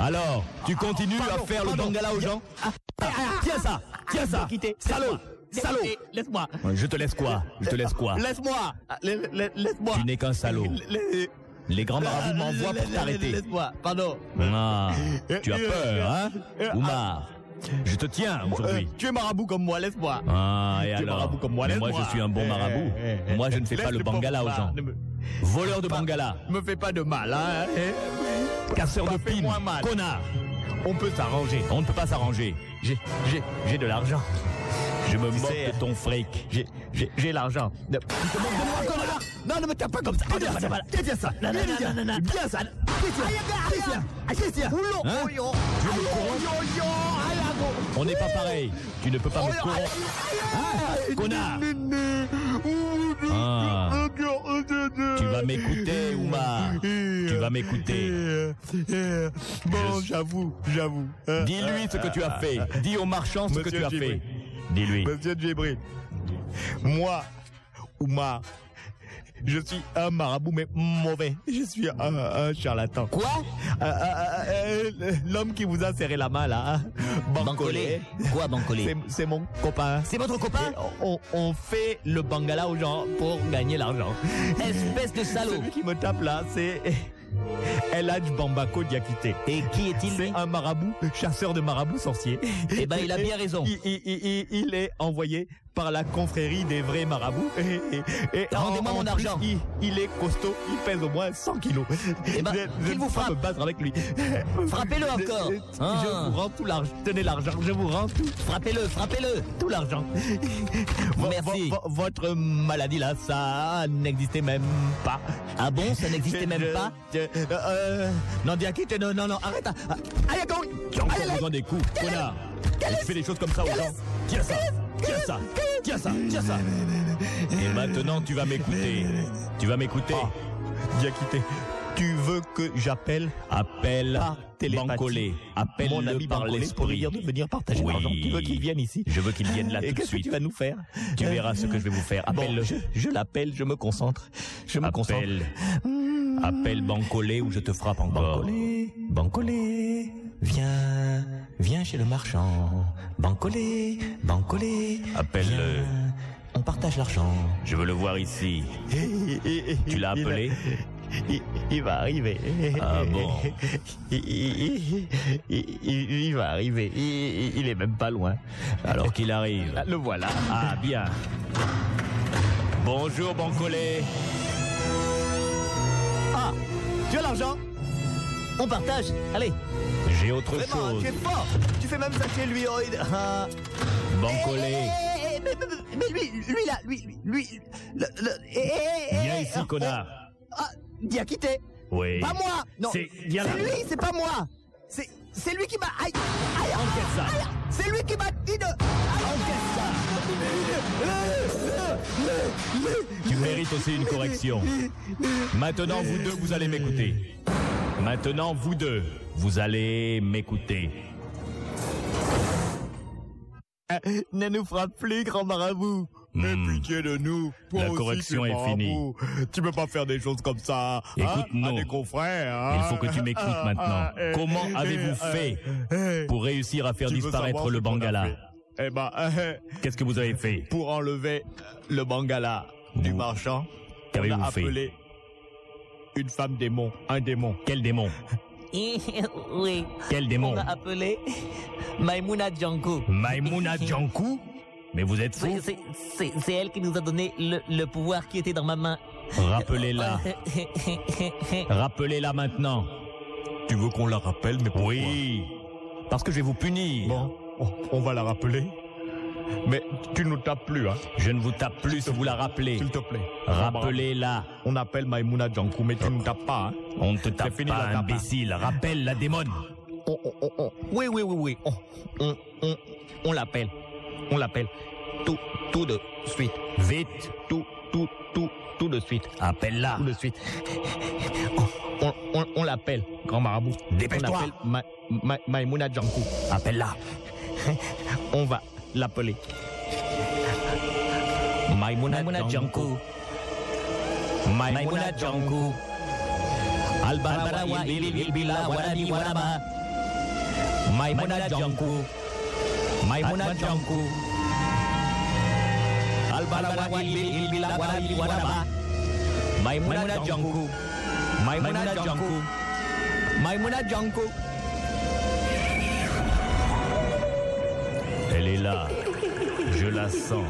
Speaker 2: Alors,
Speaker 1: Ah,
Speaker 2: tu continues à faire le bangala aux gens Tiens ça, tiens ça,
Speaker 3: Diakité, c'est
Speaker 2: salaud,
Speaker 3: moi,
Speaker 2: salaud
Speaker 3: Laisse-moi. Ah,
Speaker 1: Je te laisse quoi Je te laisse quoi
Speaker 3: Laisse-moi. Laisse- laisse- Laisse-moi.
Speaker 1: Tu n'es qu'un salaud.
Speaker 3: Laisse-
Speaker 1: Les grands marabouts m'envoient pour
Speaker 3: laisse-
Speaker 1: t'arrêter.
Speaker 3: Laisse-moi. Pardon.
Speaker 1: Ah,
Speaker 3: Euh,
Speaker 1: tu as peur, hein Oumar, je te tiens aujourd'hui.
Speaker 3: ah. Euh, Tu es marabout comme moi. Laisse-moi.
Speaker 1: Ah, et
Speaker 3: tu es
Speaker 1: alors
Speaker 3: marabout comme moi,
Speaker 1: Mais Moi,
Speaker 3: laisse-moi.
Speaker 1: je suis un bon
Speaker 3: Eh,
Speaker 1: marabout.
Speaker 3: eh, eh,
Speaker 1: Moi, je ne fais
Speaker 3: laisse
Speaker 1: pas le
Speaker 3: le pauvre
Speaker 1: bangala aux
Speaker 3: Oumar,
Speaker 1: gens.
Speaker 3: ne me-
Speaker 1: Voleur de bangala,
Speaker 3: Me fais pas de
Speaker 2: Ah
Speaker 3: mal, hein.
Speaker 2: eh,
Speaker 3: hein.
Speaker 1: casseur de
Speaker 3: pas fait
Speaker 1: pines,
Speaker 3: moins mal.
Speaker 1: connard.
Speaker 3: On peut s'arranger.
Speaker 1: On ne peut pas s'arranger.
Speaker 3: J'ai, j'ai,
Speaker 1: J'ai de l'argent. Je me moque
Speaker 3: sais,
Speaker 1: de ton fric. Ah,
Speaker 3: j'ai, j'ai, j'ai l'argent. Ne-
Speaker 2: Non, ne me tape pas comme ça. Ah, viens, viens, viens, viens ça. Viens, viens, viens, viens ça. Christian, Christian,
Speaker 1: Hein Tu veux me corrompre On n'est pas pareil. Tu ne peux
Speaker 2: Oh
Speaker 1: pas me corrompre. Hein, Connard Ah. Tu vas m'écouter, Oumar. Tu vas m'écouter.
Speaker 2: Bon,
Speaker 1: Je-
Speaker 2: j'avoue, j'avoue. hein.
Speaker 1: Dis-lui ce que tu as fait. Dis au marchand ce que
Speaker 2: Monsieur
Speaker 1: tu as
Speaker 2: Gibri.
Speaker 1: fait. Dis-lui.
Speaker 2: Monsieur Djibril, moi, Oumar, je suis un marabout, mais mauvais. Je suis un, un charlatan.
Speaker 3: Quoi
Speaker 2: Euh, euh, euh, euh, L'homme qui vous a serré la main, là, hein, Bancolé,
Speaker 3: Bancolé. Quoi, Bancolé
Speaker 2: c'est- c'est mon copain.
Speaker 3: C'est votre
Speaker 2: Et
Speaker 3: copain
Speaker 2: on, on fait le bangala aux gens pour gagner l'argent.
Speaker 3: Espèce de salaud.
Speaker 2: Celui qui me tape là, c'est Eladj Bambako Diakité.
Speaker 3: Et qui est-il
Speaker 2: C'est
Speaker 3: lui
Speaker 2: un marabout, chasseur de marabouts sorciers.
Speaker 3: Eh ben, il a bien raison.
Speaker 2: Il, il- il- il- il est envoyé par la confrérie des vrais marabouts. Et, et- et
Speaker 3: Rendez-moi
Speaker 2: en- en
Speaker 3: mon
Speaker 2: plus,
Speaker 3: argent.
Speaker 2: Il, il est costaud, il pèse au moins 100 kilos.
Speaker 3: Eh ben,
Speaker 2: Je- je
Speaker 3: qu'il vous
Speaker 2: peux pas
Speaker 3: frappe.
Speaker 2: me battre avec lui.
Speaker 3: Frappez-le
Speaker 2: Je-
Speaker 3: encore.
Speaker 2: Je,
Speaker 3: Ah.
Speaker 2: vous rends tout l'argent. Tenez l'argent, je vous rends tout,
Speaker 3: Frappez-le, frappez-le.
Speaker 2: tout l'argent. Vo-
Speaker 3: Merci.
Speaker 2: vo- vo- votre maladie là, ça n'existait même pas.
Speaker 3: Ah bon, ça n'existait
Speaker 2: Je-
Speaker 3: même
Speaker 2: je-
Speaker 3: pas
Speaker 2: je- euh, euh, non, dis à qui t'es- non, non, non, arrête. ah, Aïe, attends.
Speaker 1: J'ai
Speaker 2: Aïe,
Speaker 1: encore
Speaker 2: aïe,
Speaker 1: besoin des coups, connard. Tu fais des choses comme ça aux gens. Tiens ça, tiens ça, tiens ça, tiens ça. Et maintenant, tu vas m'écouter. Tu vas m'écouter.
Speaker 2: Ah. Diakité, tu veux que j'appelle
Speaker 1: Appelle
Speaker 2: par télépathie
Speaker 1: Bancolé.
Speaker 2: mon
Speaker 1: Appelle-le
Speaker 2: ami
Speaker 1: par
Speaker 2: Bancolé pour
Speaker 1: l'esprit.
Speaker 2: lui dire de venir partager
Speaker 1: Oui.
Speaker 2: l'argent Tu veux qu'il vienne ici
Speaker 1: Je veux qu'il vienne là tout
Speaker 2: Et
Speaker 1: de
Speaker 2: qu'est-ce que
Speaker 1: suite.
Speaker 2: tu vas nous faire
Speaker 1: Tu verras ce que je vais vous faire.
Speaker 2: Bon,
Speaker 1: Appelle-le.
Speaker 2: je, je l'appelle, je me concentre. Je me concentre.
Speaker 1: Appelle. Appelle Bancolé ou je te frappe encore.
Speaker 2: Bancolé, Bancolé, viens, viens chez le marchand. Bancolé, Bancolé,
Speaker 1: Appelle-le.
Speaker 2: viens, On partage l'argent.
Speaker 1: euh, Je veux le voir
Speaker 2: [laughs]
Speaker 1: ici. Tu
Speaker 2: Tu
Speaker 1: l'as appelé
Speaker 2: il, il va arriver.
Speaker 1: Ah bon.
Speaker 2: [laughs] Il, il- il- il- il va arriver. Il- Il, il est même pas loin.
Speaker 1: Alors qu'il arrive.
Speaker 2: Ah, Le voilà.
Speaker 1: Ah bien. Bonjour Bancolé.
Speaker 3: Ah,
Speaker 2: Tu as l'argent
Speaker 3: on partage. Allez,
Speaker 1: J'ai autre
Speaker 2: Vraiment, hein,
Speaker 1: chose.
Speaker 2: tu es fort. Tu fais même ça chez lui. oh, il- ah.
Speaker 1: Bancolé.
Speaker 3: Eh, eh, eh, mais, mais- mais lui, lui là, lui, lui, lui, le, le- eh, eh, eh, eh,
Speaker 1: Viens
Speaker 3: eh,
Speaker 1: ici,
Speaker 3: ah,
Speaker 1: connard.
Speaker 3: Ah, Diakité,
Speaker 1: Oui.
Speaker 3: pas moi. Non,
Speaker 1: C'est-
Speaker 3: c'est
Speaker 1: viens
Speaker 3: [laughs]
Speaker 1: là.
Speaker 3: lui, c'est pas moi. C'est, c'est lui qui m'a. Aïe, aïe,
Speaker 1: Enquête ça.
Speaker 3: aïe, c'est lui qui m'a dit de.
Speaker 1: Tu mérites aussi une correction. Maintenant, vous deux, vous allez m'écouter. Maintenant, vous deux, vous allez m'écouter.
Speaker 2: Ne nous frappe plus, grand marabout. Mais
Speaker 1: Hmm.
Speaker 2: pitié de nous. Toi
Speaker 1: La
Speaker 2: aussi,
Speaker 1: correction
Speaker 2: tu es
Speaker 1: est finie.
Speaker 2: marabout. Tu peux pas faire des choses comme ça.
Speaker 3: Ah,
Speaker 2: hein,
Speaker 1: Écoute-nous.
Speaker 2: À des confrères. hein.
Speaker 1: Il faut que tu m'écoutes
Speaker 2: Ah,
Speaker 1: maintenant.
Speaker 2: ah, eh,
Speaker 1: Comment
Speaker 2: eh,
Speaker 1: avez-vous
Speaker 2: eh,
Speaker 1: fait
Speaker 2: eh,
Speaker 1: pour réussir à faire
Speaker 2: tu veux savoir
Speaker 1: disparaître le
Speaker 2: ce qu'on a
Speaker 1: Bangala
Speaker 2: fait Eh ben, eh,
Speaker 1: Qu'est-ce que vous avez fait
Speaker 2: pour enlever le Bangala du
Speaker 1: Vous-
Speaker 2: marchand, on
Speaker 1: Qu'avez-vous
Speaker 2: a
Speaker 1: fait
Speaker 2: appelé une femme démon, un démon.
Speaker 1: Quel démon
Speaker 3: [laughs] oui,
Speaker 1: Quel démon
Speaker 3: on a appelé [laughs] Maimouna Django.
Speaker 1: Maimouna Djankou Mais vous êtes fou
Speaker 3: C'est, c'est, c'est, c'est elle qui nous a donné le, le pouvoir qui était dans ma main. [laughs]
Speaker 1: Rappelez-la. Rappelez-la maintenant.
Speaker 2: Tu veux qu'on la rappelle, mais
Speaker 1: Oui. Parce que je vais vous punir.
Speaker 2: Bon, on, on va la rappeler. Mais tu ne nous tapes plus, hein,
Speaker 1: Je ne vous tape plus si vous la rappelez.
Speaker 2: s'il te plaît.
Speaker 1: Rappelez-la.
Speaker 2: On appelle Maïmouna Djankou, mais tu ne nous tapes pas. Hein.
Speaker 1: On ne te tape
Speaker 2: fini,
Speaker 1: pas,
Speaker 2: la tape. Oh,
Speaker 1: imbécile. Rappelle la démone.
Speaker 2: On- on- on- on- Oui, oui, oui, oui. On, on- on- on l'appelle. On l'appelle. Tout, tout de suite.
Speaker 1: Vite,
Speaker 2: Tout, tout, tout, tout de suite.
Speaker 1: appelle-la.
Speaker 2: Tout de suite. On, on- on l'appelle, grand marabout.
Speaker 1: Dépêche-toi.
Speaker 2: On l'appelle Ma- Ma- Maïmouna Djankou.
Speaker 1: Appelle-la.
Speaker 2: On va l'appeler.
Speaker 1: Maimouna Djankou. Maimouna Djankou. Albara wa ibil ibila warabi waraba. Ah, Maimouna Djankou. Maimouna Djankou.
Speaker 3: balawa ilbil ilbila walabi walaba. Maimuna Jongku. Maimuna Jongku. Maimuna Jongku.
Speaker 1: Elle est là. Je la sens.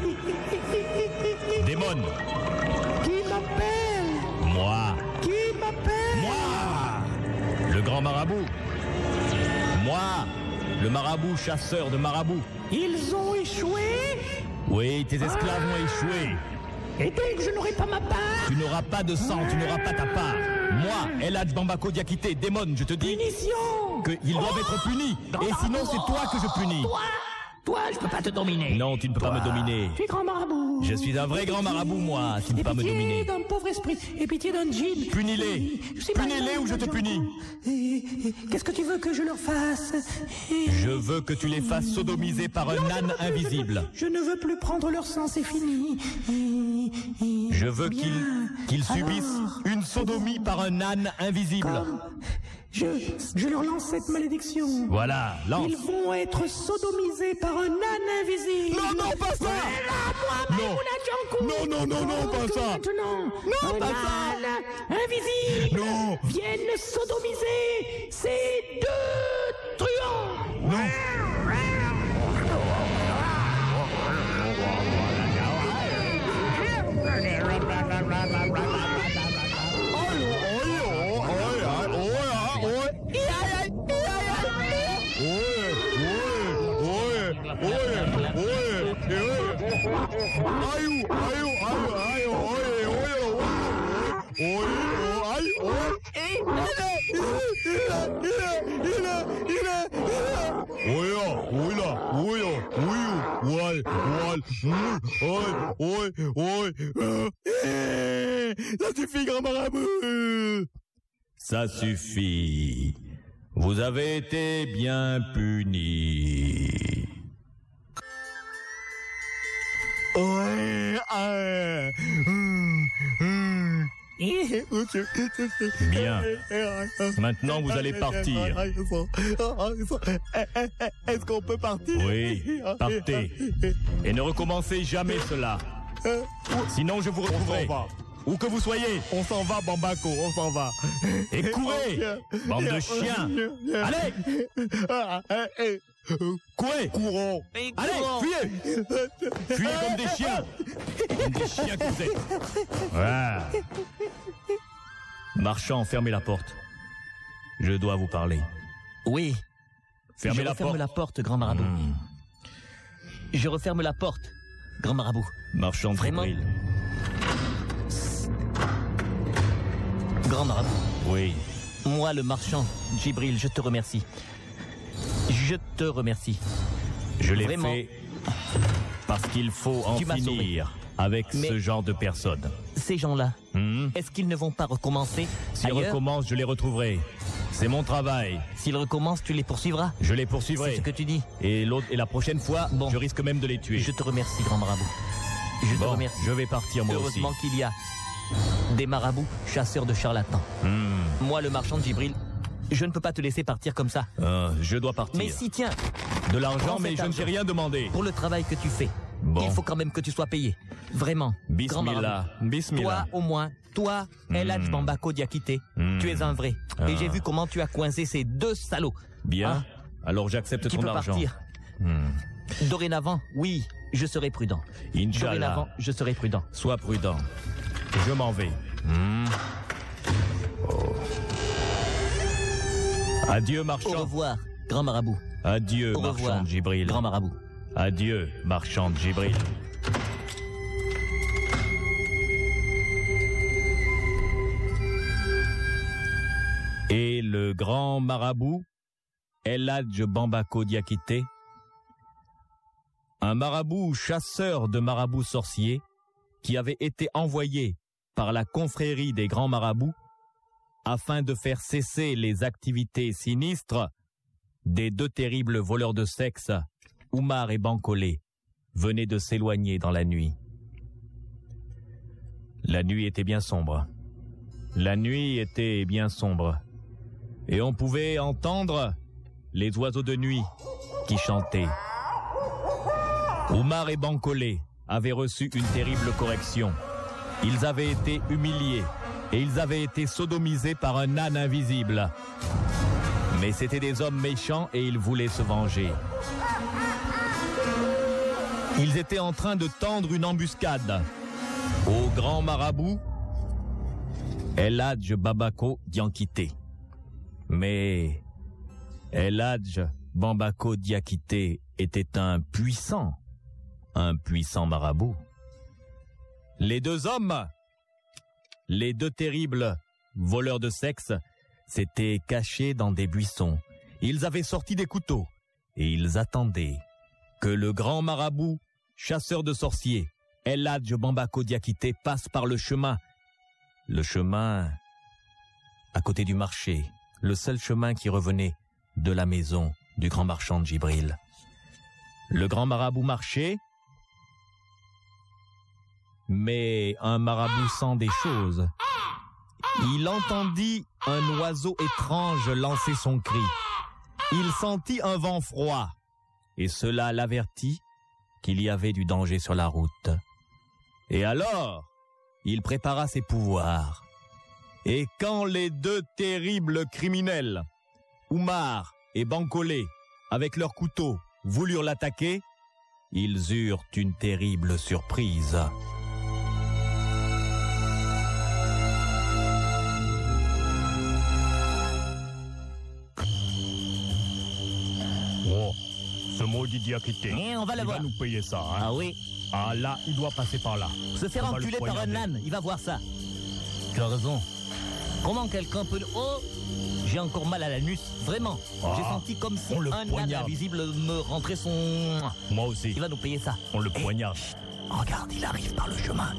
Speaker 1: Démon,
Speaker 4: Qui m'appelle
Speaker 1: moi,
Speaker 4: Qui m'appelle
Speaker 1: moi, le grand marabout. Moi, le marabout chasseur de marabouts.
Speaker 4: Ils ont échoué
Speaker 1: Oui, tes esclaves ont échoué.
Speaker 4: et donc je n'aurai pas ma part.
Speaker 1: Tu n'auras pas de sang, tu n'auras pas ta part. Moi, Eladj Bambako Diakité, démon, je te dis
Speaker 4: Punition
Speaker 1: qu'ils doivent être punis. Et sinon, c'est toi que je punis.
Speaker 4: Toi Toi, je peux pas te dominer.
Speaker 1: Non, tu ne peux pas me dominer.
Speaker 4: Tu es grand marabout.
Speaker 1: Je suis un vrai grand marabout, moi. Tu ne peux pas me
Speaker 4: pitié
Speaker 1: dominer.
Speaker 4: d'un pauvre esprit. Et pitié d'un djinn.
Speaker 1: Punis-les.
Speaker 4: Je sais pas,
Speaker 1: Punis-les
Speaker 4: non,
Speaker 1: ou je te
Speaker 4: non,
Speaker 1: punis.
Speaker 4: non. Eh, Qu'est-ce que tu veux que je leur fasse Eh,
Speaker 1: Je veux que tu les fasses sodomiser par un âne invisible.
Speaker 4: Je ne veux plus prendre leur sang, c'est fini. Eh, eh,
Speaker 1: Je veux
Speaker 4: bien.
Speaker 1: qu'ils qu'ils subissent
Speaker 4: Alors,
Speaker 1: une sodomie par un âne invisible.
Speaker 4: Je, je leur lance cette malédiction.
Speaker 1: Voilà, lance.
Speaker 4: Ils vont être sodomisés par un âne invisible.
Speaker 2: Non, non, pas ça Non. Non, non, non, non, pas ça.
Speaker 4: Maintenant, un
Speaker 2: pas
Speaker 4: âne invisible
Speaker 2: Non.
Speaker 4: viennent sodomiser ces deux truands.
Speaker 2: Non. Ça suffit, grand marabout
Speaker 1: Ça suffit. Vous avez été bien punis.
Speaker 2: Ouais, ouais. Hum, hum.
Speaker 1: Bien. Maintenant, vous allez partir.
Speaker 2: Est-ce qu'on peut partir
Speaker 1: Oui, partez. Et ne recommencez jamais cela. Sinon, je vous retrouverai.
Speaker 2: va.
Speaker 1: Où que vous soyez.
Speaker 2: On s'en va, Bambaco, on s'en va.
Speaker 1: Et courez. Bande de chiens. Allez,
Speaker 2: Ah, Allez
Speaker 1: courez.
Speaker 2: Courons
Speaker 1: Allez, fuyez. Fuyez comme des chiens. Comme des chiens que vous êtes. Ah, Voilà. Marchand, fermez la porte. Je dois vous parler.
Speaker 3: Oui.
Speaker 1: Fermez
Speaker 3: je
Speaker 1: la
Speaker 3: referme
Speaker 1: porte.
Speaker 3: la porte, grand marabout.
Speaker 1: Hmm.
Speaker 3: Je referme la porte, grand marabout.
Speaker 1: Marchand
Speaker 3: Vraiment
Speaker 1: fébrile.
Speaker 3: Grand marabout.
Speaker 1: Oui.
Speaker 3: Moi, le marchand, Djibril, je te remercie. Je te remercie.
Speaker 1: Je l'ai
Speaker 3: Vraiment.
Speaker 1: fait parce qu'il faut en
Speaker 3: Tu m'as sauvé.
Speaker 1: finir avec
Speaker 3: Mais-
Speaker 1: ce genre de personnes.
Speaker 3: Ces gens-là,
Speaker 1: Hmm
Speaker 3: est-ce qu'ils ne vont pas recommencer
Speaker 1: S'ils
Speaker 3: ailleurs
Speaker 1: recommencent, je les retrouverai. C'est mon travail.
Speaker 3: S'ils recommencent, tu les poursuivras
Speaker 1: Je les
Speaker 3: C'est
Speaker 1: poursuivrai.
Speaker 3: ce que tu dis.
Speaker 1: Et, l'autre- et la prochaine fois,
Speaker 3: Bon.
Speaker 1: je risque même de les tuer.
Speaker 3: Je te remercie, grand marabout. Je te
Speaker 1: Bon,
Speaker 3: remercie.
Speaker 1: je vais partir moi aussi.
Speaker 3: Heureusement qu'il y a des marabouts chasseurs de charlatans.
Speaker 1: Hmm.
Speaker 3: Moi, le marchand de Djibril, je ne peux pas te laisser partir comme ça.
Speaker 1: Euh, je dois partir.
Speaker 3: Mais si, tiens,
Speaker 1: De l'argent,
Speaker 3: Prends
Speaker 1: mais
Speaker 3: cet
Speaker 1: je ne
Speaker 3: argent.
Speaker 1: t'ai rien demandé.
Speaker 3: pour le travail que tu fais,
Speaker 1: Bon.
Speaker 3: il faut quand même que tu sois payé. Vraiment. Grand marabout.
Speaker 1: Bismillah.
Speaker 3: Toi,
Speaker 1: Bismillah.
Speaker 3: au moins, toi, El Hadj Bambako Diakité,
Speaker 1: Hmm.
Speaker 3: tu es un vrai.
Speaker 1: Ah.
Speaker 3: Et j'ai vu comment tu as coincé ces deux salauds.
Speaker 1: Bien.
Speaker 2: Ah.
Speaker 3: Hein
Speaker 1: Alors j'accepte
Speaker 3: Tu
Speaker 1: ton
Speaker 3: peux
Speaker 1: argent.
Speaker 3: partir.
Speaker 1: Hmm.
Speaker 3: Dorénavant, oui, je serai prudent.
Speaker 1: Inch'Allah.
Speaker 3: Dorénavant, je serai prudent.
Speaker 1: Sois prudent. Je m'en vais. Hmm. Oh. Adieu,
Speaker 3: Au
Speaker 1: marchand.
Speaker 3: revoir, grand marabout.
Speaker 1: Adieu,
Speaker 3: Au
Speaker 1: marchand
Speaker 3: revoir,
Speaker 1: de Gibril.
Speaker 3: grand marabout.
Speaker 1: Adieu, marchand de Gibril. Et le grand marabout, Eladj Bambako Diakité, un marabout chasseur de marabouts sorciers, qui avait été envoyé par la confrérie des grands marabouts afin de faire cesser les activités sinistres des deux terribles voleurs de sexe Oumar et Bancolé venaient de s'éloigner dans la nuit. La nuit était bien sombre. La nuit était bien sombre. Et on pouvait entendre les oiseaux de nuit qui chantaient. Oumar et Bancolé avaient reçu une terrible correction. Ils avaient été humiliés et ils avaient été sodomisés par un âne invisible. Mais c'étaient des hommes méchants et ils voulaient se venger. Ils étaient en train de tendre une embuscade. Au grand marabout, Eladj Babako Diankité. Mais Eladj Bambako Diakité était un puissant, un puissant marabout. Les deux hommes, les deux terribles voleurs de sexe, s'étaient cachés dans des buissons. Ils avaient sorti des couteaux et ils attendaient que le grand marabout, chasseur de sorciers, Eladj Bambako Diakité passe par le chemin. Le chemin à côté du marché, le seul chemin qui revenait de la maison du grand marchand de Gibril. Le grand marabout marchait, mais un marabout sent des choses. Il entendit un oiseau étrange lancer son cri. Il sentit un vent froid, et cela l'avertit qu'il y avait du danger sur la route. Et alors, il prépara ses pouvoirs. Et quand les deux terribles criminels, Oumar et Bancolé, avec leurs couteaux, voulurent l'attaquer, ils eurent une terrible surprise.
Speaker 2: Oh, ce maudit Diakité.
Speaker 3: Eh, on va le
Speaker 2: il
Speaker 3: voir.
Speaker 2: va nous payer ça, hein.
Speaker 3: Ah oui,
Speaker 2: Ah, là, il doit passer par là.
Speaker 3: se faire
Speaker 2: On va le
Speaker 3: enculer par un
Speaker 2: poignarder.
Speaker 3: âne, il va voir ça. Tu as raison. Comment quelqu'un peut... Oh J'ai encore mal à l'anus, vraiment. J'ai
Speaker 2: Ah,
Speaker 3: senti comme si
Speaker 2: on le
Speaker 3: un âne
Speaker 2: poignarde.
Speaker 3: invisible me rentrait son...
Speaker 2: Moi aussi.
Speaker 3: Il va nous payer ça.
Speaker 2: On le poignarde.
Speaker 3: Regarde, il arrive par le chemin.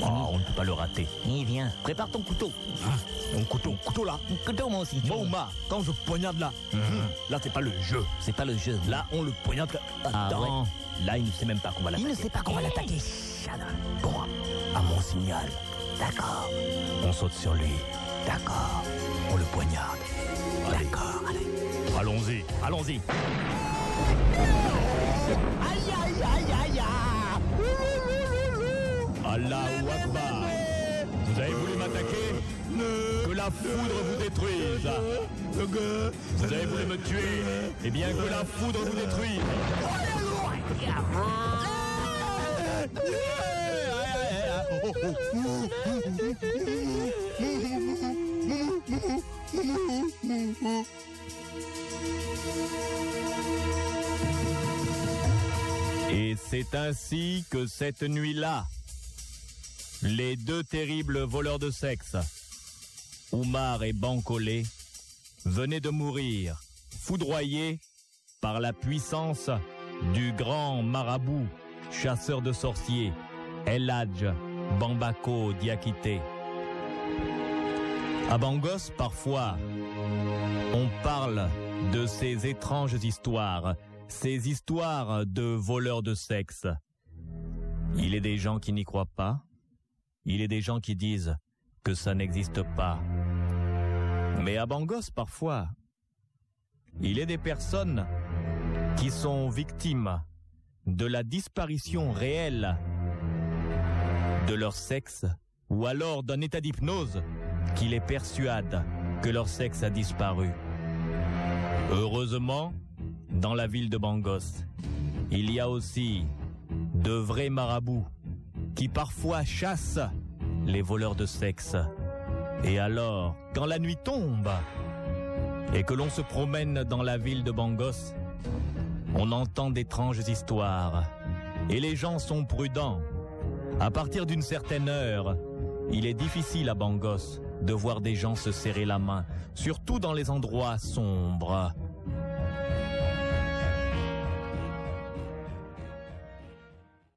Speaker 2: Ah, on ne peut pas le rater. Hein,
Speaker 3: Il vient. Prépare ton couteau.
Speaker 2: Mon couteau, mon couteau là.
Speaker 3: Couteau, moi aussi. tu
Speaker 2: Moi,
Speaker 3: vois.
Speaker 2: Oumar, quand je poignarde là, hum, là, c'est pas le jeu.
Speaker 3: C'est pas le jeu.
Speaker 2: Là, on le poignarde. là.
Speaker 3: Ah,
Speaker 2: Attends. Là, il ne sait même pas qu'on va
Speaker 3: Il
Speaker 2: l'attaquer.
Speaker 3: ne sait pas qu'on va l'attaquer.
Speaker 2: Bon, à mon signal,
Speaker 3: D'accord,
Speaker 2: on saute sur lui.
Speaker 3: d'accord.
Speaker 2: On le poignarde.
Speaker 3: D'accord, allez.
Speaker 2: Allons-y. Allons-y.
Speaker 4: Aïe, aïe, aïe, aïe, aïe. Ouh, ouh, ouh, ouh, ouh.
Speaker 2: Allahu Akbar. Vous avez voulu m'attaquer Que la foudre vous détruise. Vous avez voulu me tuer Eh bien, que la foudre vous détruise.
Speaker 1: Et c'est ainsi que cette nuit-là, les deux terribles voleurs de sexe, Oumar et Bancolé, venaient de mourir, foudroyés par la puissance du grand marabout, chasseur de sorciers, Eladj Bambako Diakité. À Bangos, parfois, on parle de ces étranges histoires ces histoires de voleurs de sexe. Il est des gens qui n'y croient pas. Il est des gens qui disent que ça n'existe pas. Mais à Bangos, parfois, il est des personnes qui sont victimes de la disparition réelle de leur sexe ou alors d'un état d'hypnose qui les persuade que leur sexe a disparu. Heureusement, dans la ville de Bangos, il y a aussi de vrais marabouts qui parfois chassent les voleurs de sexe. Et alors, quand la nuit tombe et que l'on se promène dans la ville de Bangos, on entend d'étranges histoires. Et les gens sont prudents. À partir d'une certaine heure, il est difficile à Bangos de voir des gens se serrer la main, surtout dans les endroits sombres.